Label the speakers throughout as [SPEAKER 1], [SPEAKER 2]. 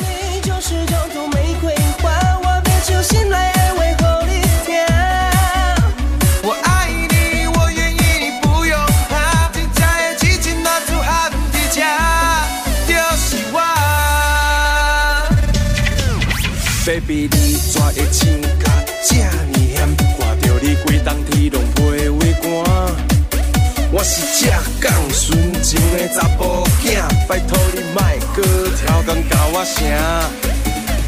[SPEAKER 1] 你九十九朵玫瑰花，我别求信来安慰后里天。我爱你，我愿意，你不用怕。现在激情拿出暗的家，就是我。
[SPEAKER 2] Baby，你怎会穿甲这呢险？看着你规冬天拢被畏寒。我是浙江纯情的查甫囝，拜托你莫搁超工甲我声。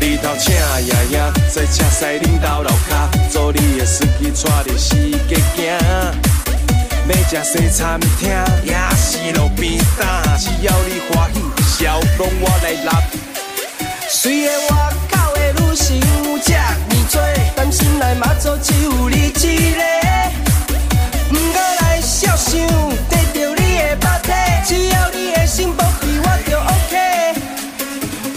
[SPEAKER 2] 日头请爷爷，坐车驶恁兜楼骹，做你的司机带你四界行。要食西餐厅，也是路边摊，只要你欢喜，笑拢我来揽。
[SPEAKER 1] 虽然外口的女性有这呢多，但心内嘛做只有你一个。不过来想想，得到你的肉体，只要你的心保庇我就 OK。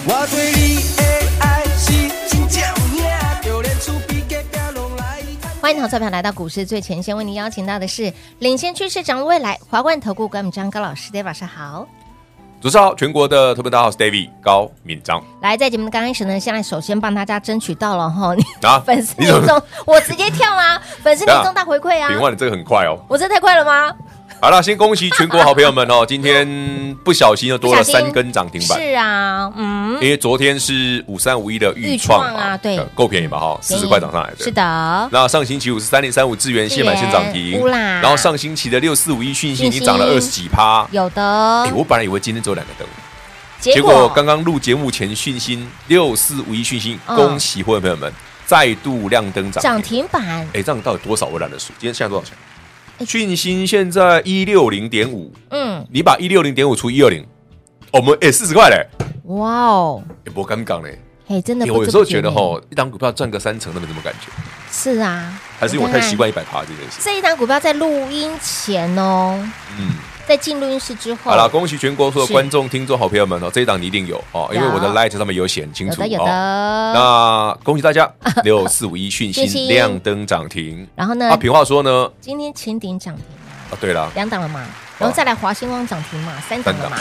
[SPEAKER 1] 我对你的爱是真正有影，就连厝边隔壁拢来探。
[SPEAKER 3] 欢迎投资朋友来到股市最前线，为您邀请到的是领先趋势、掌握未来华冠投顾管理张高老师，大家晚上好。
[SPEAKER 4] 主持人好，全国的特别大号是 David 高敏章
[SPEAKER 3] 来，在节目的刚开始呢，现在首先帮大家争取到了哈，你
[SPEAKER 4] 啊
[SPEAKER 3] 粉丝
[SPEAKER 4] 你
[SPEAKER 3] 年
[SPEAKER 4] 怎么
[SPEAKER 3] 终，我直接跳啦，粉丝年
[SPEAKER 4] 等
[SPEAKER 3] 终
[SPEAKER 4] 一下
[SPEAKER 3] 大回馈
[SPEAKER 4] 炳
[SPEAKER 3] 啊，
[SPEAKER 4] 万，你这个很快哦。
[SPEAKER 3] 我这太快了吗？
[SPEAKER 4] 好了，先恭喜全国好朋友 们哦，今天不小心又多
[SPEAKER 3] 不
[SPEAKER 4] 了
[SPEAKER 3] 小心
[SPEAKER 4] 三根涨停板，
[SPEAKER 3] 是啊，嗯，
[SPEAKER 4] 因为昨天是五三五一的
[SPEAKER 3] 预
[SPEAKER 4] 预创
[SPEAKER 3] 创啊
[SPEAKER 4] 嘛，
[SPEAKER 3] 对
[SPEAKER 4] 呃够便宜吧哈，四十块涨上来的。
[SPEAKER 3] 是。的，
[SPEAKER 4] 那上星期五是三点三五资源现买现涨
[SPEAKER 3] 资源
[SPEAKER 4] 停
[SPEAKER 3] 呼，啦
[SPEAKER 4] 然后上星期的六四五一讯息
[SPEAKER 3] 讯
[SPEAKER 4] 已
[SPEAKER 3] 息
[SPEAKER 4] 经涨了二十几趴。
[SPEAKER 3] 有的
[SPEAKER 4] 哎，，我本来以为今天只有两个灯，
[SPEAKER 3] 结
[SPEAKER 4] 结果刚刚录节目前讯息六四五一讯息，
[SPEAKER 3] 嗯
[SPEAKER 4] 恭喜会员朋友们再度亮灯涨
[SPEAKER 3] 涨
[SPEAKER 4] 停。
[SPEAKER 3] 停板，
[SPEAKER 4] 哎，这样到底多少？我懒得数。今天现在多少钱？
[SPEAKER 3] 哎
[SPEAKER 4] 讯星现在一六零点五，
[SPEAKER 3] 嗯，
[SPEAKER 4] 你把一六零点五除一二零，我们哎四十块嘞，
[SPEAKER 3] 哇哦，
[SPEAKER 4] 也不尴尬嘞。
[SPEAKER 3] 哎，真的
[SPEAKER 4] 欸
[SPEAKER 3] 不知
[SPEAKER 4] 我
[SPEAKER 3] 不觉呢，
[SPEAKER 4] 有时候觉得吼，一档股票赚个三成都没什么感觉，
[SPEAKER 3] 是啊，
[SPEAKER 4] 还是因为我
[SPEAKER 3] 当
[SPEAKER 4] 太
[SPEAKER 3] 然
[SPEAKER 4] 习惯一百趴这件事。
[SPEAKER 3] 这一档股票在录音前哦，
[SPEAKER 4] 嗯，
[SPEAKER 3] 在进录音室之后，
[SPEAKER 4] 好了，恭喜全国所有
[SPEAKER 3] 是
[SPEAKER 4] 观众、听众、好朋友们哦，这一档你一定有哦，因为我的
[SPEAKER 3] 有
[SPEAKER 4] light 上面有写很清
[SPEAKER 3] 有
[SPEAKER 4] 楚
[SPEAKER 3] 的有
[SPEAKER 4] 哦。
[SPEAKER 3] 的，
[SPEAKER 4] 那恭喜 大家，六四五一讯
[SPEAKER 3] 讯
[SPEAKER 4] 息
[SPEAKER 3] 息
[SPEAKER 4] 亮灯涨停。
[SPEAKER 3] 然后呢
[SPEAKER 4] 啊，，平话说呢，
[SPEAKER 3] 今天前顶涨停啊
[SPEAKER 4] 啊，对了，
[SPEAKER 3] 两档了嘛，然后再来华星光涨停嘛，三档了嘛，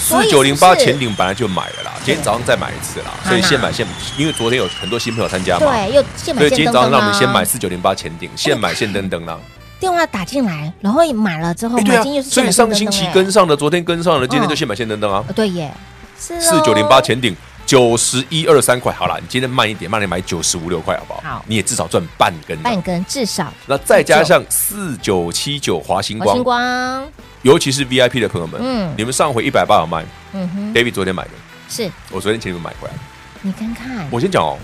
[SPEAKER 3] 所
[SPEAKER 4] 四
[SPEAKER 3] 以
[SPEAKER 4] 九零八
[SPEAKER 3] 是不是
[SPEAKER 4] 前顶本来就买了啦，今天早上再买一次啦，所以现买现，因为昨天有很多新朋友参加嘛，
[SPEAKER 3] 对，又现买
[SPEAKER 4] 所以
[SPEAKER 3] 现
[SPEAKER 4] 今天
[SPEAKER 3] 登
[SPEAKER 4] 早
[SPEAKER 3] 登
[SPEAKER 4] 上让我们
[SPEAKER 3] 啊
[SPEAKER 4] 先买四九零八前顶，现买现登登啦。
[SPEAKER 3] 电话打进来，然后买了之后，
[SPEAKER 4] 哎，对
[SPEAKER 3] 哦买进又
[SPEAKER 4] 啊，
[SPEAKER 3] 是
[SPEAKER 4] 所
[SPEAKER 3] 现买现登登
[SPEAKER 4] 以上星期
[SPEAKER 3] 哎
[SPEAKER 4] 跟上的，昨天跟上的，今
[SPEAKER 3] 嗯
[SPEAKER 4] 天就现买现登登啊，
[SPEAKER 3] 哦对耶，是哦
[SPEAKER 4] 四九零八前顶九十一二三块，好啦，你今天慢一点，慢点买九十五六块好不好？
[SPEAKER 3] 好
[SPEAKER 4] 你也至少赚半根啊。
[SPEAKER 3] 哦半根至少，
[SPEAKER 4] 那再加上四九七九华星
[SPEAKER 3] 华
[SPEAKER 4] 光
[SPEAKER 3] 星，光，
[SPEAKER 4] 尤其是 VIP 的朋友们，
[SPEAKER 3] 嗯
[SPEAKER 4] 你们上回一百八有卖
[SPEAKER 3] 嗯哼，
[SPEAKER 4] ，David 昨天买的，
[SPEAKER 3] 是
[SPEAKER 4] 我昨天请你们买回来。
[SPEAKER 3] 你看看，
[SPEAKER 4] 我先讲哦，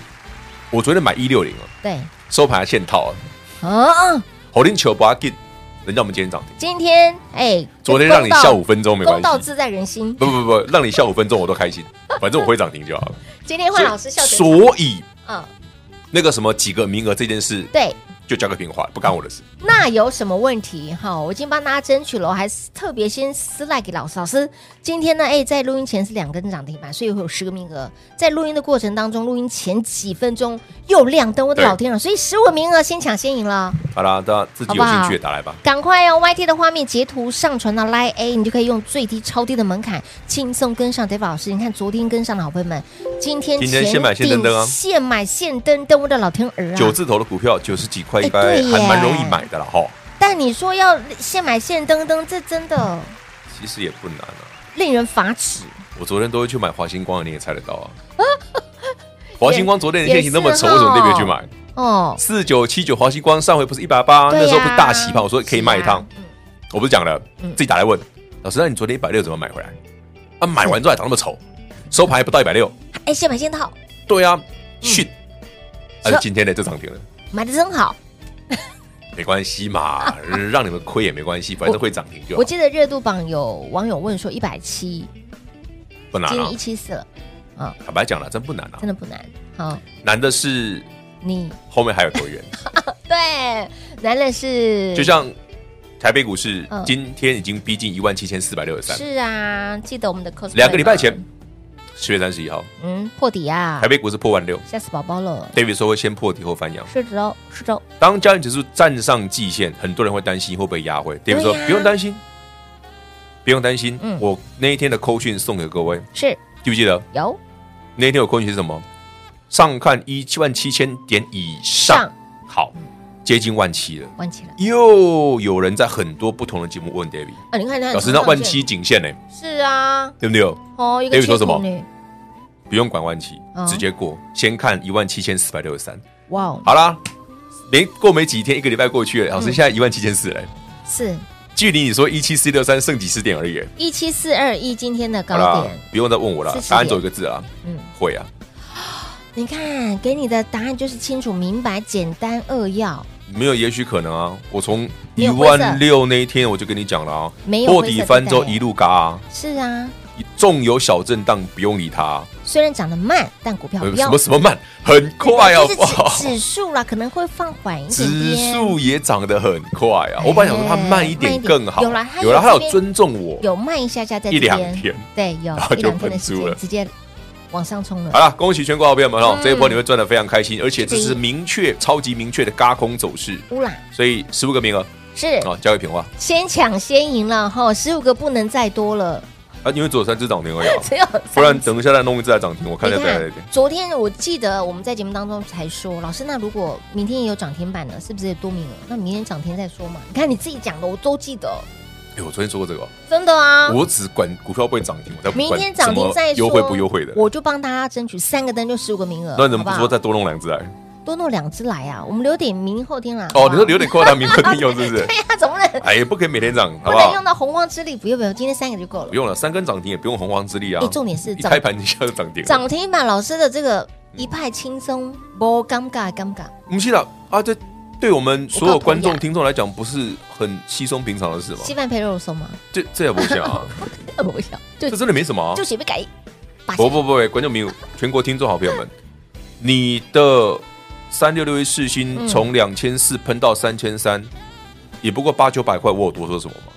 [SPEAKER 4] 我昨天买一六零哦，
[SPEAKER 3] 对，
[SPEAKER 4] 收盘还现套啊，
[SPEAKER 3] 哦，
[SPEAKER 4] 好令球不要进，人家我们今天涨停，
[SPEAKER 3] 今天哎，
[SPEAKER 4] 昨天让你
[SPEAKER 3] 公道
[SPEAKER 4] 笑五分钟没关
[SPEAKER 3] 公道
[SPEAKER 4] 系，
[SPEAKER 3] 自在人心，
[SPEAKER 4] 不不不，让你笑五分钟我都开心，反正我会涨停就好 了。
[SPEAKER 3] 今天换老师啊笑
[SPEAKER 4] 所
[SPEAKER 3] 点，
[SPEAKER 4] 以所以
[SPEAKER 3] 嗯，
[SPEAKER 4] 那个什么几个名额这件事，
[SPEAKER 3] 对。
[SPEAKER 4] 就交给平华，不干我的事。
[SPEAKER 3] 那有什么问题哈？我已经帮大家争取了，我还特别先私赖给老师。老师，今天呢，哎，在录音前是两根涨停板，所以会有十个名额。在录音的过程当中，录音前几分钟又亮灯，我的
[SPEAKER 4] 对
[SPEAKER 3] 老天啊！所以十五名额先抢先赢了，
[SPEAKER 4] 好啦，大家自己有兴趣的打来吧。
[SPEAKER 3] 赶快哦！YT 的画面截图上传到 Line A，你就可以用最低超低的门槛轻松跟上 David 老师。你看昨天跟上的好朋友们，今天
[SPEAKER 4] 今天现买现
[SPEAKER 3] 前
[SPEAKER 4] 登登啊
[SPEAKER 3] 顶现买现登登，我的老天儿啊！
[SPEAKER 4] 九字头的股票九十几块，
[SPEAKER 3] 哎
[SPEAKER 4] 一般
[SPEAKER 3] 对耶
[SPEAKER 4] 还蛮容易买的啦哈。
[SPEAKER 3] 但你说要现买现登登，这真的
[SPEAKER 4] 其实也不难啊，
[SPEAKER 3] 令人发指。
[SPEAKER 4] 我昨天都会去买华星光，你也猜得 到啊。华星光昨天的天气那么丑，
[SPEAKER 3] 也
[SPEAKER 4] 为
[SPEAKER 3] 是
[SPEAKER 4] 什
[SPEAKER 3] 哦
[SPEAKER 4] 么特别去买？
[SPEAKER 3] 哦，
[SPEAKER 4] 四九七九华星光上回不是一百八，
[SPEAKER 3] 对
[SPEAKER 4] 啊那
[SPEAKER 3] 呀
[SPEAKER 4] 时候不是大洗盘，我说可以卖一趟
[SPEAKER 3] 是啊。嗯
[SPEAKER 4] 我不是讲了
[SPEAKER 3] 嗯，
[SPEAKER 4] 自己打来问老师，那你昨天一百六怎么买回来？啊，买完之后还长那么丑，
[SPEAKER 3] 嗯
[SPEAKER 4] 收盘还不到一百六。
[SPEAKER 3] 哎、现买现套，
[SPEAKER 4] 对啊，逊。
[SPEAKER 3] 嗯是啊
[SPEAKER 4] 而今天呢，就涨停了。
[SPEAKER 3] 买的真好。
[SPEAKER 4] 没关 系嘛，让你们亏也没关系，反正会涨停就好
[SPEAKER 3] 我。记得热度榜有网友问说一百七，
[SPEAKER 4] 不难
[SPEAKER 3] 今
[SPEAKER 4] 啊
[SPEAKER 3] 天一，七四了，啊，
[SPEAKER 4] 坦白讲了，真不难啊
[SPEAKER 3] 真，的不难。好，
[SPEAKER 4] 难的是
[SPEAKER 3] 你
[SPEAKER 4] 后面还有多远。
[SPEAKER 3] 对难的 是
[SPEAKER 4] 就像台北股市
[SPEAKER 3] 嗯
[SPEAKER 4] 今天已经逼近一万七千四百六十三，
[SPEAKER 3] 是啊，记得我们的 cos
[SPEAKER 4] 两个礼拜前，十月三十一号，
[SPEAKER 3] 嗯，破底啊
[SPEAKER 4] 台，北股市破万六
[SPEAKER 3] 吓死宝宝了。
[SPEAKER 4] ，David 说会先破底后翻阳。
[SPEAKER 3] 是的哦，是的哦，
[SPEAKER 4] 当交易指数站上季线，很多人会担心会不会压回。
[SPEAKER 3] 对
[SPEAKER 4] David
[SPEAKER 3] 呀
[SPEAKER 4] 说不用担心，不用担心
[SPEAKER 3] 嗯。
[SPEAKER 4] 我那一天的扣讯送给各位，
[SPEAKER 3] 是
[SPEAKER 4] 记不记得
[SPEAKER 3] 有
[SPEAKER 4] 那一天我扣讯是什么？上看一万七千点以上
[SPEAKER 3] 上，
[SPEAKER 4] 好，接近万七了。
[SPEAKER 3] 万七了
[SPEAKER 4] 又有人在很多不同的节目问 David，
[SPEAKER 3] 啊！你看，你看，
[SPEAKER 4] 老师那万七颈线呢？
[SPEAKER 3] 是啊，
[SPEAKER 4] 对不对？
[SPEAKER 3] 哦，一个
[SPEAKER 4] David 说什么
[SPEAKER 3] 缺口呢？
[SPEAKER 4] 不用管万期
[SPEAKER 3] 嗯，
[SPEAKER 4] 直接过，先看一万七千四百六十三。
[SPEAKER 3] 哇哦，
[SPEAKER 4] 好啦，没过没几天，一个礼拜过去了，
[SPEAKER 3] 嗯
[SPEAKER 4] 老师现在一万七千四了，
[SPEAKER 3] 是
[SPEAKER 4] 距离你说一七四六三剩几十点而已。
[SPEAKER 3] 一七四二一今天的
[SPEAKER 4] 好
[SPEAKER 3] 高
[SPEAKER 4] 啦
[SPEAKER 3] 点，，
[SPEAKER 4] 不用再问我了
[SPEAKER 3] 40，点
[SPEAKER 4] 答案只有一个字啊，
[SPEAKER 3] 嗯，
[SPEAKER 4] 会啊，
[SPEAKER 3] 你看给你的答案就是清楚、明白、简单、扼要，
[SPEAKER 4] 没有也许可能啊。我从
[SPEAKER 3] 没
[SPEAKER 4] 一
[SPEAKER 3] 有灰色
[SPEAKER 4] 万六那一天我就跟你讲了啊，
[SPEAKER 3] 没有灰
[SPEAKER 4] 破
[SPEAKER 3] 色地
[SPEAKER 4] 底
[SPEAKER 3] 带
[SPEAKER 4] 翻之后一路嘎啊，
[SPEAKER 3] 是啊。
[SPEAKER 4] 纵有小震荡不用理它啊，
[SPEAKER 3] 虽然涨得慢，但股票
[SPEAKER 4] 呃
[SPEAKER 3] 不
[SPEAKER 4] 什
[SPEAKER 3] 要
[SPEAKER 4] 么什么慢，很快 啊，
[SPEAKER 3] 就是
[SPEAKER 4] 哇
[SPEAKER 3] 指指数啦，可能会放缓一点
[SPEAKER 4] 指
[SPEAKER 3] 点。
[SPEAKER 4] 数也涨得很快啊！
[SPEAKER 3] 哎
[SPEAKER 4] 我本来想说它慢一
[SPEAKER 3] 慢一
[SPEAKER 4] 点
[SPEAKER 3] 点
[SPEAKER 4] 更好，
[SPEAKER 3] 有啦它有
[SPEAKER 4] 它
[SPEAKER 3] 这
[SPEAKER 4] 有
[SPEAKER 3] 边
[SPEAKER 4] 尊重我。
[SPEAKER 3] 有慢一下下在
[SPEAKER 4] 一
[SPEAKER 3] 这
[SPEAKER 4] 两
[SPEAKER 3] 边，
[SPEAKER 4] 天
[SPEAKER 3] 对，有
[SPEAKER 4] 然后
[SPEAKER 3] 一
[SPEAKER 4] 就
[SPEAKER 3] 两天的
[SPEAKER 4] 喷
[SPEAKER 3] 时
[SPEAKER 4] 出
[SPEAKER 3] 间
[SPEAKER 4] 了
[SPEAKER 3] 直接往上冲
[SPEAKER 4] 好
[SPEAKER 3] 了。
[SPEAKER 4] 了，恭喜全国好朋友们哦
[SPEAKER 3] 嗯！
[SPEAKER 4] 这一波你会赚得非常开心，而且这
[SPEAKER 3] 是
[SPEAKER 4] 是
[SPEAKER 3] 的
[SPEAKER 4] 明确、超级明确的嘎空走势，
[SPEAKER 3] 乌啦，
[SPEAKER 4] 所以十五个名额
[SPEAKER 3] 是
[SPEAKER 4] 啊，交给平花
[SPEAKER 3] 先抢先赢了哈，十五个不能再多了，
[SPEAKER 4] 啊，因为只有三只涨停而已啊，
[SPEAKER 3] 只有 三
[SPEAKER 4] 不然等一下再弄一只来涨停，我看一
[SPEAKER 3] 你
[SPEAKER 4] 下再
[SPEAKER 3] 看
[SPEAKER 4] 来点，。
[SPEAKER 3] 昨天我记得我们在节目当中才说，老师，那如果明天也有涨停板呢，是不是也多名额？那明天涨停再说嘛。你看你自己讲的，我都记得，哦
[SPEAKER 4] 哎，我昨天说过这个哦，
[SPEAKER 3] 真的啊。
[SPEAKER 4] 我只管股票不会涨停，我才不
[SPEAKER 3] 明
[SPEAKER 4] 管
[SPEAKER 3] 天涨
[SPEAKER 4] 什
[SPEAKER 3] 停
[SPEAKER 4] 么
[SPEAKER 3] 再说，
[SPEAKER 4] 优惠不优惠的。
[SPEAKER 3] 我就帮大家争取三个灯，就十五个名额。
[SPEAKER 4] 那你们不
[SPEAKER 3] 好
[SPEAKER 4] 说
[SPEAKER 3] 好
[SPEAKER 4] 再多弄两只来？
[SPEAKER 3] 多弄两只来啊？我们留点明后天啦。好不好
[SPEAKER 4] 哦，你说留点扩大名额利用是不 是？
[SPEAKER 3] 对呀，怎么能
[SPEAKER 4] 哎，不可以每天涨，好
[SPEAKER 3] 不
[SPEAKER 4] 不
[SPEAKER 3] 能
[SPEAKER 4] 好
[SPEAKER 3] 用？到洪荒之力？不用不用，今天三个就够了
[SPEAKER 4] 不。用了，三根涨停也不用洪荒之力啊
[SPEAKER 3] 哎。重点是
[SPEAKER 4] 一
[SPEAKER 3] 涨
[SPEAKER 4] 开盘一下就涨停了，
[SPEAKER 3] 涨停板老师的这个一派轻松，不尴尬尴尬，
[SPEAKER 4] 不是啦啊，这对我们所有观
[SPEAKER 3] 我告诉
[SPEAKER 4] 众
[SPEAKER 3] 你啊
[SPEAKER 4] 听众来讲，不是很稀松平常的事嘛？
[SPEAKER 3] 稀饭配肉 松吗？
[SPEAKER 4] 这这也不 像啊，
[SPEAKER 3] 呃不要，就
[SPEAKER 4] 这真的没什么啊
[SPEAKER 3] 就。随便改。把
[SPEAKER 4] 不不不，不观众朋友，全国听众好朋友们，你的三六六一世
[SPEAKER 3] 嗯
[SPEAKER 4] 新从两千四喷到三千三，也不过八九百块，我有多说什么吗？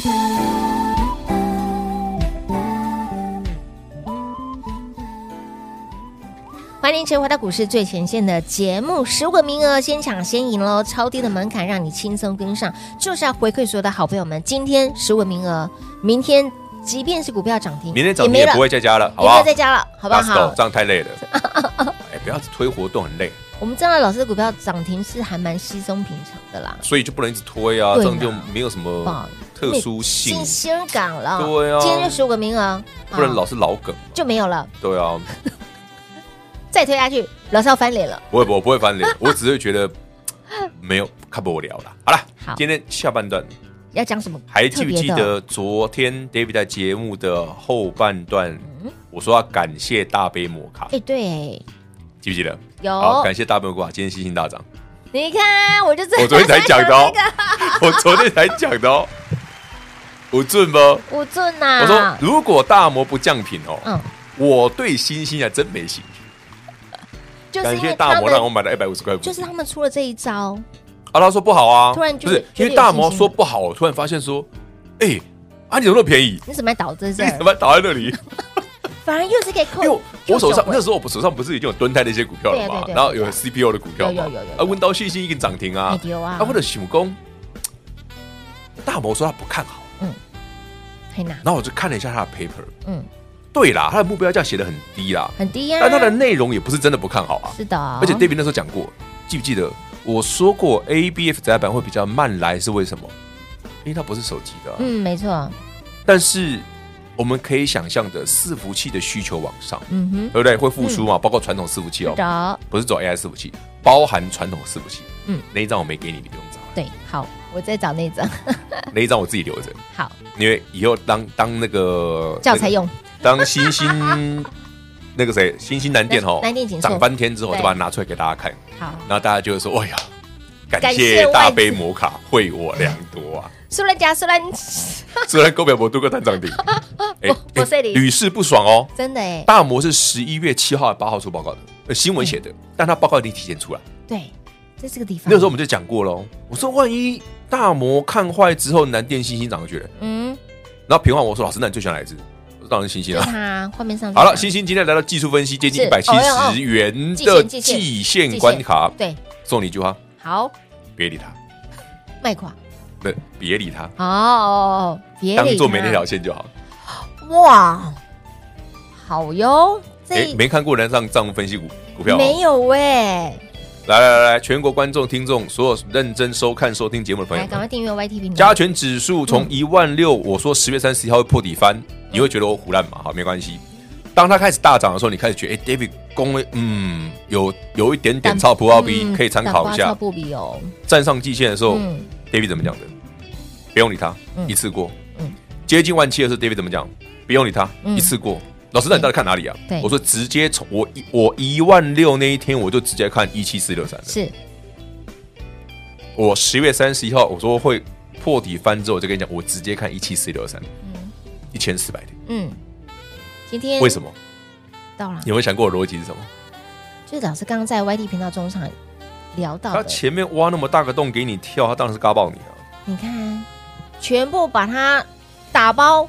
[SPEAKER 3] 欢迎持回到股市最前线的节目，十五个名额先抢先赢喽，超低的门槛让你轻松跟上，就是要回馈所有的好朋友们。今天十五个名额，明天即便是股票涨停，
[SPEAKER 4] 明天涨停
[SPEAKER 3] 没
[SPEAKER 4] 也
[SPEAKER 3] 了
[SPEAKER 4] 不会再加了，好
[SPEAKER 3] 也没
[SPEAKER 4] 不好
[SPEAKER 3] 有？再加了，好不
[SPEAKER 4] Let's go，
[SPEAKER 3] 好？
[SPEAKER 4] 这样太累了。 哎，不要推活动，很累，
[SPEAKER 3] 我们知道老师的股票涨停是还蛮稀松平常的啦，
[SPEAKER 4] 所以就不能一直推啊，
[SPEAKER 3] 对
[SPEAKER 4] 这
[SPEAKER 3] 啦
[SPEAKER 4] 样就没有什
[SPEAKER 3] 不好
[SPEAKER 4] 么特殊性，
[SPEAKER 3] 新鲜感了，
[SPEAKER 4] 对啊
[SPEAKER 3] 今天就十五个名额，
[SPEAKER 4] 不然
[SPEAKER 3] 啊
[SPEAKER 4] 老是老梗。
[SPEAKER 3] 就没有了，
[SPEAKER 4] 对啊，
[SPEAKER 3] 再推下去老师要翻脸了。
[SPEAKER 4] 我也不我不会翻脸，我只是觉得没有看不我聊了。好了
[SPEAKER 3] 好，
[SPEAKER 4] 今天下半段
[SPEAKER 3] 要讲什么？
[SPEAKER 4] 还记不记
[SPEAKER 3] 特别的？
[SPEAKER 4] 得昨天 David 在节目的后半段，
[SPEAKER 3] 嗯
[SPEAKER 4] 我说要感谢大杯摩卡，
[SPEAKER 3] 哎，对，
[SPEAKER 4] 记不记得？
[SPEAKER 3] 有
[SPEAKER 4] 好，感谢大杯摩卡，今天信心大涨。
[SPEAKER 3] 你看， 我就知道
[SPEAKER 4] 我昨天才讲的哦， 我昨天才讲的哦，不准吗？
[SPEAKER 3] 我正呐，
[SPEAKER 4] 我说如果大摩不降品哦，
[SPEAKER 3] 啊嗯，
[SPEAKER 4] 我对星星啊真没信心。
[SPEAKER 3] 就是
[SPEAKER 4] 感
[SPEAKER 3] 因
[SPEAKER 4] 谢
[SPEAKER 3] 为
[SPEAKER 4] 大
[SPEAKER 3] 他
[SPEAKER 4] 摩让我
[SPEAKER 3] 们
[SPEAKER 4] 买了一百五十块股，
[SPEAKER 3] 就是他们出了这一招，
[SPEAKER 4] 啊，他说不好啊，
[SPEAKER 3] 突然就
[SPEAKER 4] 不是
[SPEAKER 3] 觉得
[SPEAKER 4] 因
[SPEAKER 3] 有
[SPEAKER 4] 为大摩
[SPEAKER 3] 信心
[SPEAKER 4] 说不好，我突然发现说，哎，啊你怎么那么便宜？
[SPEAKER 3] 你怎么还倒在这
[SPEAKER 4] 你
[SPEAKER 3] 儿
[SPEAKER 4] 怎？么倒在那里？
[SPEAKER 3] 反而又是给扣
[SPEAKER 4] 因为我我手
[SPEAKER 3] 扣
[SPEAKER 4] 上
[SPEAKER 3] 手
[SPEAKER 4] 那
[SPEAKER 3] 尾
[SPEAKER 4] 时候我手上不是已经有蹲泰的一些股票了
[SPEAKER 3] 对啊
[SPEAKER 4] 嘛
[SPEAKER 3] 对啊对，啊
[SPEAKER 4] 然后有 CPU 的股票嘛
[SPEAKER 3] 有有有有，有
[SPEAKER 4] 啊，温刀旭星一个涨停啊
[SPEAKER 3] 哎，对啊
[SPEAKER 4] 或者许工，大摩说他不看好，
[SPEAKER 3] 很难，
[SPEAKER 4] 然后我就看了一下他的 paper，
[SPEAKER 3] 嗯，
[SPEAKER 4] 对啦，他的目标价写的很低啦，
[SPEAKER 3] 很低呀。啊
[SPEAKER 4] 但他的内容也不是真的不看好啊，
[SPEAKER 3] 是的，哦
[SPEAKER 4] 而且 David 那时候讲过，记不记得我说过 ABF 窄板会比较慢来是为什么？因为它不是手机的啊、
[SPEAKER 3] 嗯，没错，
[SPEAKER 4] 但是我们可以想象的伺服器的需求往上，
[SPEAKER 3] 嗯哼，
[SPEAKER 4] 对不对？会复苏嘛，包括传统伺服器哦
[SPEAKER 3] 是，的，
[SPEAKER 4] 不是走 AI 伺服器，包含传统伺服器。
[SPEAKER 3] 嗯
[SPEAKER 4] 嗯，那一张我没给你，你不用找，
[SPEAKER 3] 对，好，我再找那张，
[SPEAKER 4] 那一张我自己留着，
[SPEAKER 3] 好，
[SPEAKER 4] 因为以后当当那个
[SPEAKER 3] 教材，用，
[SPEAKER 4] 那个当星星那个谁，星星南电哦，
[SPEAKER 3] 南电景色
[SPEAKER 4] 涨翻天之后，
[SPEAKER 3] 对
[SPEAKER 4] 就把它拿出来给大家看，
[SPEAKER 3] 好，
[SPEAKER 4] 然后大家就会说：“哎呀，感
[SPEAKER 3] 感谢
[SPEAKER 4] 谢
[SPEAKER 3] 万
[SPEAKER 4] 大杯摩卡惠我良 多啊
[SPEAKER 3] 苏兰加苏兰，！”
[SPEAKER 4] 虽然购表博度过单 涨停，哎
[SPEAKER 3] 我我这里
[SPEAKER 4] 屡试不爽哦。
[SPEAKER 3] 真的哎，
[SPEAKER 4] 大摩是十一月七号、还是八号出报告的，呃，新闻写
[SPEAKER 3] 嗯
[SPEAKER 4] 的，但他报告已经提前出来。
[SPEAKER 3] 对，在这个地方，
[SPEAKER 4] 那时候我们就讲过喽，我说万一大摩看坏之后，南电星星涨上去了，
[SPEAKER 3] 嗯，
[SPEAKER 4] 然后平话我说老师，那你最喜欢哪一只？我说当然是星星
[SPEAKER 3] 就
[SPEAKER 4] 啊。
[SPEAKER 3] 它画面上
[SPEAKER 4] 好了，星星今天来到技术分析，接近
[SPEAKER 3] 是
[SPEAKER 4] 一百七
[SPEAKER 3] 哦哦哦
[SPEAKER 4] 十元
[SPEAKER 3] 季
[SPEAKER 4] 的
[SPEAKER 3] 线季线
[SPEAKER 4] 季线关卡，
[SPEAKER 3] 对，
[SPEAKER 4] 送你一句话：
[SPEAKER 3] 好，
[SPEAKER 4] 不别理他，
[SPEAKER 3] 卖垮
[SPEAKER 4] 对，别理他，
[SPEAKER 3] 哦，别
[SPEAKER 4] 当
[SPEAKER 3] 理
[SPEAKER 4] 做
[SPEAKER 3] 他
[SPEAKER 4] 没那条线就好。
[SPEAKER 3] 哇，好哟，
[SPEAKER 4] 哎
[SPEAKER 3] 这，
[SPEAKER 4] 没看过人上账分析股股票、哦，
[SPEAKER 3] 没有欸喂，
[SPEAKER 4] 来来来来，全国观众、听众，所有认真收看、收听节目的朋友
[SPEAKER 3] 来赶快
[SPEAKER 4] 们，
[SPEAKER 3] 订阅 YT 频道
[SPEAKER 4] 加，权指
[SPEAKER 3] 嗯
[SPEAKER 4] 数从一万六，我说十月三十一号会破底翻，你会觉得我胡乱嘛？好，没关系。当它开始大涨的时候，你开始觉得，哎、d a v i d 公威，嗯，有有一点点超普奥
[SPEAKER 3] 嗯
[SPEAKER 4] 比，可以参考一
[SPEAKER 3] 超
[SPEAKER 4] 下。哦
[SPEAKER 3] 不比哦，
[SPEAKER 4] 站上季线的时候、
[SPEAKER 3] 嗯
[SPEAKER 4] d a v i d 怎么讲的？不用理他，
[SPEAKER 3] 嗯
[SPEAKER 4] 一次过。
[SPEAKER 3] 嗯
[SPEAKER 4] 接近万七的时候，David 怎么讲？不用理他，
[SPEAKER 3] 嗯
[SPEAKER 4] 一次过。老师，那你到底看哪里啊
[SPEAKER 3] 对？
[SPEAKER 4] 我说直接从我一我一万六那一天，我就直接看一七四六三了。
[SPEAKER 3] 是
[SPEAKER 4] 我十月三十一号，我说会破底翻之后，我就跟你讲，我直接看一七四六三，一千四百点。
[SPEAKER 3] 嗯，今天
[SPEAKER 4] 为什么？
[SPEAKER 3] 到了
[SPEAKER 4] 你？有没有想过我逻辑是什么？
[SPEAKER 3] 就是老师刚刚在 YT 频道中场聊到
[SPEAKER 4] 他
[SPEAKER 3] 的，
[SPEAKER 4] 前面挖那么大个洞给你跳，他当然是嘎爆你啊！
[SPEAKER 3] 你看，全部把它打包，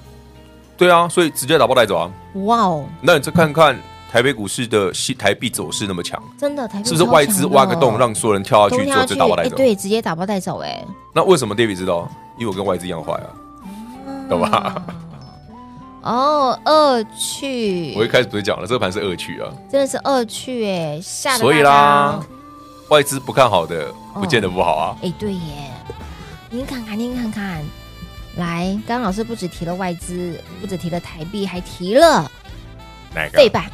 [SPEAKER 4] 对啊，所以直接打包带走啊。
[SPEAKER 3] 哇哦，
[SPEAKER 4] 那你再看看台北股市的西台币走势那么强，
[SPEAKER 3] 真的台币
[SPEAKER 4] 是不是外资
[SPEAKER 3] 超强的
[SPEAKER 4] 挖个洞让所有人跳下
[SPEAKER 3] 都
[SPEAKER 4] 去，之后
[SPEAKER 3] 下
[SPEAKER 4] 就
[SPEAKER 3] 去？
[SPEAKER 4] 打包带
[SPEAKER 3] 嗯哎
[SPEAKER 4] 走？
[SPEAKER 3] 对，直接打包带走，哎，
[SPEAKER 4] 那为什么 David 知道？因为我跟外资一样坏啊，
[SPEAKER 3] 嗯
[SPEAKER 4] 懂吧？
[SPEAKER 3] 啊哦，恶趣，
[SPEAKER 4] 我一开始不是讲了，这个盘是恶趣啊，
[SPEAKER 3] 真的是恶趣哎，吓得
[SPEAKER 4] 所以
[SPEAKER 3] 大家
[SPEAKER 4] 啦，外资不看好的，不见得不好啊。
[SPEAKER 3] 哎、对耶，您看看，您看看，来，刚刚老师不止提了外资，不止提了台币，还提了
[SPEAKER 4] 哪个啊？
[SPEAKER 3] 费半，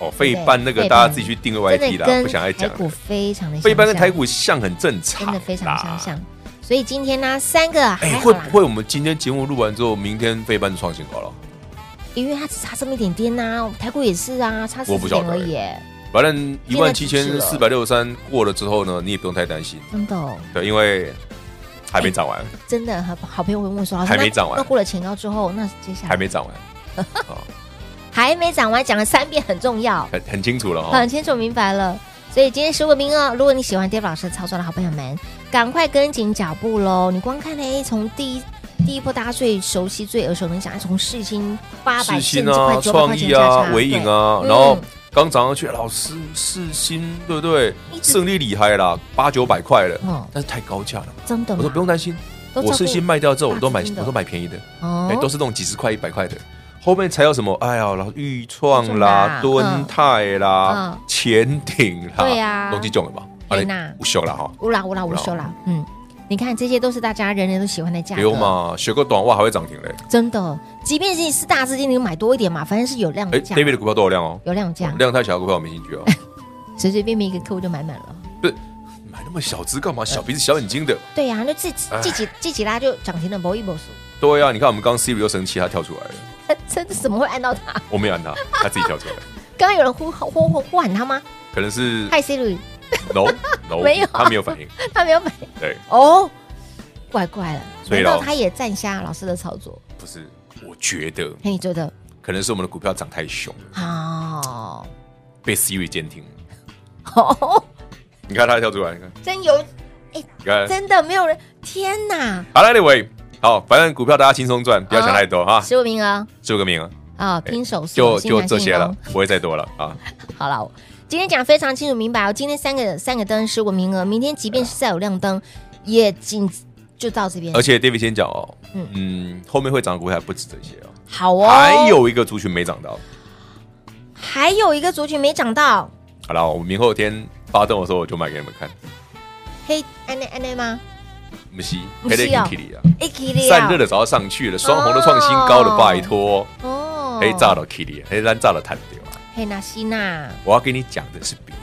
[SPEAKER 4] 哦，费半那个
[SPEAKER 3] 费半
[SPEAKER 4] 大家自己去定位 YT
[SPEAKER 3] 真的
[SPEAKER 4] 啦，
[SPEAKER 3] 跟
[SPEAKER 4] 不想再
[SPEAKER 3] 台
[SPEAKER 4] 讲
[SPEAKER 3] 股
[SPEAKER 4] 了。
[SPEAKER 3] 非常的
[SPEAKER 4] 费半跟台
[SPEAKER 3] 股
[SPEAKER 4] 股像很正常，
[SPEAKER 3] 真的非常相。像。所以今天呢，三个还
[SPEAKER 4] 哎，
[SPEAKER 3] 好
[SPEAKER 4] 会
[SPEAKER 3] 啦，
[SPEAKER 4] 不会我们今天节目录完之后，明天费半就创新高了？
[SPEAKER 3] 因为它只差这么一点点呐、台股也是啊，差
[SPEAKER 4] 我
[SPEAKER 3] 十
[SPEAKER 4] 不晓
[SPEAKER 3] 点
[SPEAKER 4] 得
[SPEAKER 3] 而已耶，
[SPEAKER 4] 反正一
[SPEAKER 3] 今天
[SPEAKER 4] 万七
[SPEAKER 3] 只
[SPEAKER 4] 千
[SPEAKER 3] 是
[SPEAKER 4] 四
[SPEAKER 3] 了
[SPEAKER 4] 百六十三过了之后呢，你也不用太担心，
[SPEAKER 3] 真的哦、
[SPEAKER 4] 对，因为还没涨完，
[SPEAKER 3] 真的好好朋友会问我说，老师
[SPEAKER 4] 还没
[SPEAKER 3] 那
[SPEAKER 4] 涨完
[SPEAKER 3] 那过了前高之后，那接下来
[SPEAKER 4] 还没涨完，啊，
[SPEAKER 3] 还没涨完，讲了三遍很重要。
[SPEAKER 4] 很很清楚了哈
[SPEAKER 3] 很。清楚明白了。所以今天十五名额，如果你喜欢 Dave 老师操作的好朋友们，赶快跟紧脚步喽！你光看呢，从第一第一波大家最熟悉、最耳熟能详，从世新八百
[SPEAKER 4] 世
[SPEAKER 3] 甚
[SPEAKER 4] 新
[SPEAKER 3] 至快
[SPEAKER 4] 啊、
[SPEAKER 3] 九百块
[SPEAKER 4] 创
[SPEAKER 3] 钱
[SPEAKER 4] 意
[SPEAKER 3] 价
[SPEAKER 4] 啊、
[SPEAKER 3] 差，
[SPEAKER 4] 微影啊，
[SPEAKER 3] 对
[SPEAKER 4] 然后
[SPEAKER 3] 嗯
[SPEAKER 4] 刚涨上去，老师世新对不对？
[SPEAKER 3] 一直
[SPEAKER 4] 胜利厉害啦，八九百块
[SPEAKER 3] 哦
[SPEAKER 4] 了，但是太高价了。
[SPEAKER 3] 真的
[SPEAKER 4] 我说
[SPEAKER 3] 吗
[SPEAKER 4] 不？用担心，
[SPEAKER 3] 嗯都照顾
[SPEAKER 4] 我世新卖掉之后，
[SPEAKER 3] 大
[SPEAKER 4] 我都买
[SPEAKER 3] 资金，的
[SPEAKER 4] 我都买便宜的，
[SPEAKER 3] 哦
[SPEAKER 4] 哎，都是那种几十块、一百块的。后面才有什么？哎呀，然后豫创啦、
[SPEAKER 3] 豫创啦
[SPEAKER 4] 敦泰啦
[SPEAKER 3] 啊嗯、
[SPEAKER 4] 前鼎啦，
[SPEAKER 3] 对啊
[SPEAKER 4] 东西中了吧？
[SPEAKER 3] 天哪
[SPEAKER 4] 不修了哈，
[SPEAKER 3] 乌啦乌啦乌修啦，嗯，你看这些都是大家人人都喜欢的哦价
[SPEAKER 4] 不用
[SPEAKER 3] 格，
[SPEAKER 4] 嘛，学个短袜还会涨停嘞。
[SPEAKER 3] 真的。即便是你是大资金，你买多一点嘛，反正是有量
[SPEAKER 4] 哎
[SPEAKER 3] 价，
[SPEAKER 4] ，David 的股票多少量哦？
[SPEAKER 3] 有量价，
[SPEAKER 4] 量太小的股票我没兴趣 哦。
[SPEAKER 3] 随随便便一个客户就买满了。
[SPEAKER 4] 不是，买那么小只干嘛？小鼻子小眼睛的。
[SPEAKER 3] 对呀、那自己
[SPEAKER 4] 哎
[SPEAKER 3] 自己自己拉就涨停了，某一某数。
[SPEAKER 4] 对啊，你看我们刚刚 Siri 又生气，他跳出来了，
[SPEAKER 3] 真的怎么会按到他？
[SPEAKER 4] 我没有按他，他自己跳出来，
[SPEAKER 3] 刚刚有人呼呼呼呼喊他吗？
[SPEAKER 4] 可能是
[SPEAKER 3] 嗨 Siri，
[SPEAKER 4] no no，
[SPEAKER 3] 没有啊
[SPEAKER 4] 他没有反应，
[SPEAKER 3] 他没有买
[SPEAKER 4] 对，
[SPEAKER 3] 哦，怪怪了。
[SPEAKER 4] 所以
[SPEAKER 3] 难
[SPEAKER 4] 咯
[SPEAKER 3] 道他也站瞎老师的操作？
[SPEAKER 4] 不是，我觉得
[SPEAKER 3] 嘿，你觉得？
[SPEAKER 4] 可能是我们的股票涨太凶了，
[SPEAKER 3] 好、
[SPEAKER 4] 被 Siri 监听了，
[SPEAKER 3] 哦，
[SPEAKER 4] 你看他跳出来，你看，
[SPEAKER 3] 真有
[SPEAKER 4] 你看，
[SPEAKER 3] 真的没有人？天哪！
[SPEAKER 4] 好了，Anyway，好，反正股票大家轻松赚，不要想太多哈，
[SPEAKER 3] 十五名额
[SPEAKER 4] 就个名额，
[SPEAKER 3] 啊，拼手速，
[SPEAKER 4] 哎就
[SPEAKER 3] 心嗯
[SPEAKER 4] 就
[SPEAKER 3] 想
[SPEAKER 4] 这
[SPEAKER 3] 信
[SPEAKER 4] 些
[SPEAKER 3] 功
[SPEAKER 4] 了，不会再多了啊，
[SPEAKER 3] 好了，今天讲非常清楚明白哦。今天三个三个灯，十五名额，明天即便是再有亮灯，也仅就到这边
[SPEAKER 4] 而。且 David 先讲哦，
[SPEAKER 3] 嗯
[SPEAKER 4] 嗯，后面会涨的股票还不止这些哦，
[SPEAKER 3] 好哦，
[SPEAKER 4] 还有一个族群没涨到，
[SPEAKER 3] 还有一个族群没涨到，
[SPEAKER 4] 好了，我明后天发动的时候我就买给你们看，
[SPEAKER 3] 嘿，安内安内吗？
[SPEAKER 4] 不是，
[SPEAKER 3] 不是哦
[SPEAKER 4] k i t 啊。
[SPEAKER 3] 哎，吉利啊
[SPEAKER 4] 散热的早要上去了，双红的创新高了，
[SPEAKER 3] 哦
[SPEAKER 4] 拜托，
[SPEAKER 3] 哦，
[SPEAKER 4] 黑炸了 Kitty，黑咱炸了弹掉啊！
[SPEAKER 3] 嘿纳西娜
[SPEAKER 4] 我要跟你讲的是别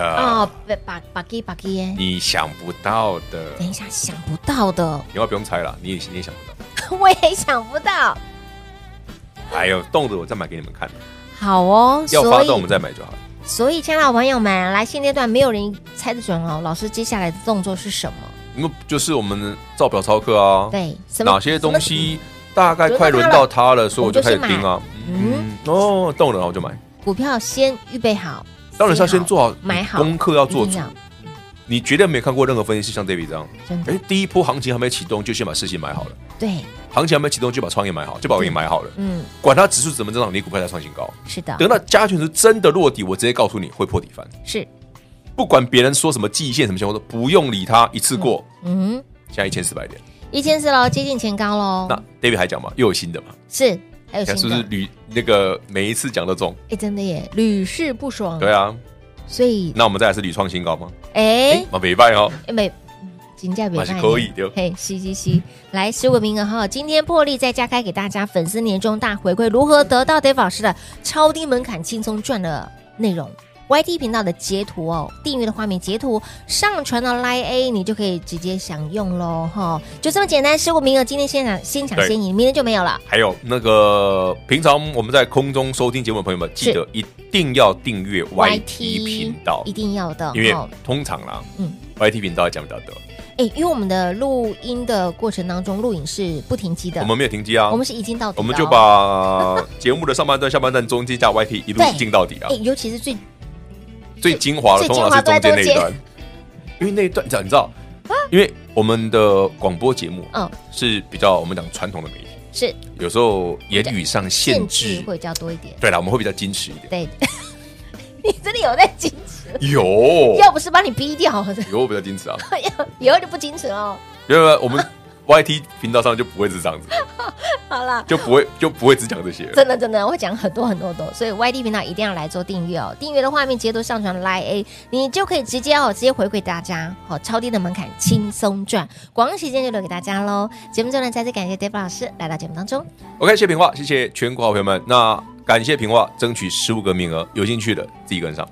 [SPEAKER 3] 哦
[SPEAKER 4] 的，，
[SPEAKER 3] 把把把给把给耶，
[SPEAKER 4] 你想不到的，
[SPEAKER 3] 等一下想不到的，
[SPEAKER 4] 你要不用猜了，你也你也想不到。
[SPEAKER 3] 我也想不到。
[SPEAKER 4] 哎呦，动的我再买给你们看，
[SPEAKER 3] 好哦，
[SPEAKER 4] 要
[SPEAKER 3] 所
[SPEAKER 4] 发动我们
[SPEAKER 3] 以
[SPEAKER 4] 再买就好了。
[SPEAKER 3] 所以，亲爱的朋友们，来现阶段没有人猜得准哦，老师接下来的动作是什么？
[SPEAKER 4] 那么就是我们照表操课啊，
[SPEAKER 3] 对，什么
[SPEAKER 4] 哪些东？西大概快
[SPEAKER 3] 轮
[SPEAKER 4] 轮
[SPEAKER 3] 到
[SPEAKER 4] 到它了，所以我就
[SPEAKER 3] 我
[SPEAKER 4] 开
[SPEAKER 3] 们就
[SPEAKER 4] 始
[SPEAKER 3] 去买
[SPEAKER 4] 盯啊。嗯，哦，动了然后就买，
[SPEAKER 3] 什么股票先预备好，
[SPEAKER 4] 当然是要
[SPEAKER 3] 记
[SPEAKER 4] 先做好
[SPEAKER 3] 买好，
[SPEAKER 4] 功课，要做
[SPEAKER 3] 一
[SPEAKER 4] 足
[SPEAKER 3] 定。要
[SPEAKER 4] 你绝对没有看过任何分析像 David 这样，
[SPEAKER 3] 真的
[SPEAKER 4] 哎，第一波行情还没启动，就先把事情买好了。
[SPEAKER 3] 对，
[SPEAKER 4] 行情还没启动就把创业买好，就把我给你买好了。
[SPEAKER 3] 嗯，
[SPEAKER 4] 管它指数怎么增长，你股票才创新高。
[SPEAKER 3] 是的，
[SPEAKER 4] 等到加权是真的落底，我直接告诉你会破底翻，
[SPEAKER 3] 是
[SPEAKER 4] 不管别人说什么季线什么线，我说不用理他，一次过。
[SPEAKER 3] 嗯，
[SPEAKER 4] 现在一千四百点，
[SPEAKER 3] 一千四喽，接近前高喽。
[SPEAKER 4] 那 David 还讲嘛，又有新的嘛，
[SPEAKER 3] 是哦还有
[SPEAKER 4] 看是
[SPEAKER 3] 新
[SPEAKER 4] 不是
[SPEAKER 3] 的，
[SPEAKER 4] 屡那个每一次讲都中？
[SPEAKER 3] 哎，真的耶，屡试不爽。
[SPEAKER 4] 对，啊，
[SPEAKER 3] 所以
[SPEAKER 4] 那我们再来是屡创新高吗？
[SPEAKER 3] 哎
[SPEAKER 4] 哎，嘛没败哦，
[SPEAKER 3] 哎没。金价表
[SPEAKER 4] 嘛是可以对
[SPEAKER 3] 嘿，是是是，来十五名额哈，今天破例再加开给大家粉丝年终大回馈，如何得到 Dave 老师的超低门槛轻松赚的内容？YT 频道的截图哦，订阅的画面截图上传到 Line A，你就可以直接享用喽哈，就这么简单，十五名额，今天先抢先抢
[SPEAKER 4] 对
[SPEAKER 3] 先赢，明天就没有了。
[SPEAKER 4] 还有那个平常我们在空中收听节目的朋友们，记得一定要订阅 YT 频道
[SPEAKER 3] 一，定要的，
[SPEAKER 4] 因为
[SPEAKER 3] 哦
[SPEAKER 4] 通常啦，
[SPEAKER 3] 嗯
[SPEAKER 4] 嗯，YT 频道讲比较多，
[SPEAKER 3] 哎，因为我们的录音的过程当中，录影是不停机的，
[SPEAKER 4] 我们没有停机啊，
[SPEAKER 3] 我们是一镜到底的哦，
[SPEAKER 4] 我们就把节目的上半段、下半段、中间加 YT 一路
[SPEAKER 3] 对
[SPEAKER 4] 进到底啊
[SPEAKER 3] 哎，，尤其是最
[SPEAKER 4] 最精华的
[SPEAKER 3] 最
[SPEAKER 4] 通
[SPEAKER 3] 精
[SPEAKER 4] 常
[SPEAKER 3] 华
[SPEAKER 4] 是
[SPEAKER 3] 都在
[SPEAKER 4] 中间那
[SPEAKER 3] 中间
[SPEAKER 4] 一段，因为那一段你知道，你知道，因为我们的广播节目
[SPEAKER 3] 嗯
[SPEAKER 4] 是比较我们讲传统的媒体，
[SPEAKER 3] 是
[SPEAKER 4] 有时候言语上限制，
[SPEAKER 3] 会比较多一点，
[SPEAKER 4] 对啦，我们会比较矜持一 点，
[SPEAKER 3] 对。你真的有在矜持，
[SPEAKER 4] 有
[SPEAKER 3] 要不是把你逼掉，
[SPEAKER 4] 有比较矜持啊，
[SPEAKER 3] 以后就不矜持哦。
[SPEAKER 4] 因为我们 YT 频道上就不会是这样子，
[SPEAKER 3] 好啦，
[SPEAKER 4] 就 不会就不会只讲这些了。
[SPEAKER 3] 真的真的，我会讲很多很多的，所以 YT 频道一定要来做订阅哦。订阅的画面截图上传 Line A，你就可以直接哦，直接回馈大家，好、哦、超低的门槛，轻松赚。广告时间就留给大家喽。节目最后呢，再次感谢 Dave 老师来到节目当中。
[SPEAKER 4] OK，谢谢平话，谢谢全国好朋友们，那感谢平话，争取十五个名额，有兴趣的自己跟上。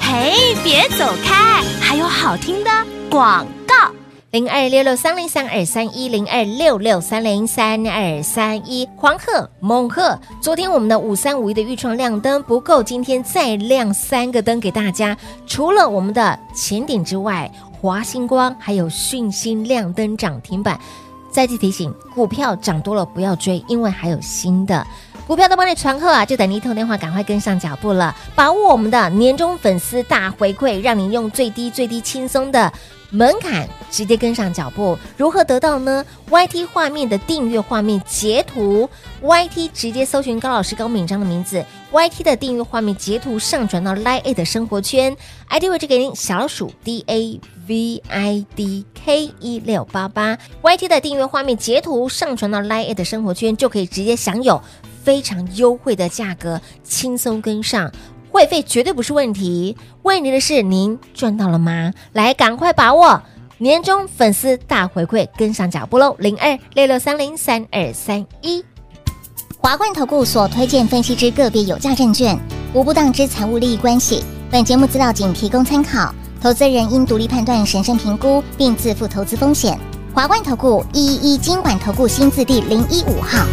[SPEAKER 5] 嘿，别走开，还有好听的广告。
[SPEAKER 3] 零二六六三零三二三一零二六六三零三二三一，狂贺猛贺！昨天我们的五三五一的预创亮灯不够，今天再亮三个灯给大家。除了我们的前顶之外，华星光还有讯星亮灯涨停板。再次提醒，股票涨多了不要追，因为还有新的。股票都帮你传贺啊，就等你一通电话，赶快跟上脚步了！把握我们的年终粉丝大回馈，让你用最低最低轻松的门槛直接跟上脚步。如何得到呢？YT 画面的订阅画面截图，YT 直接搜寻高老师高敏章的名字，YT 的订阅画面截图上传到 Line A 的生活圈，ID 位置给您小老鼠 D A V I D K 一六八八，YT 的订阅画面截图上传到 Line A 的生活圈，就可以直接享有非常优惠的价格，轻松跟上。会费绝对不是问题，问题的是您赚到了吗？来，赶快把握年终粉丝大回馈，跟上脚步喽！零二六六三零三二三一。
[SPEAKER 6] 华冠投顾所推荐分析之个别有价证券，无不当之财务利益关系。本节目资料仅提供参考，投资人应独立判断、审慎评估，并自负投资风险。华冠投顾一一一金管投顾新字第零一五号。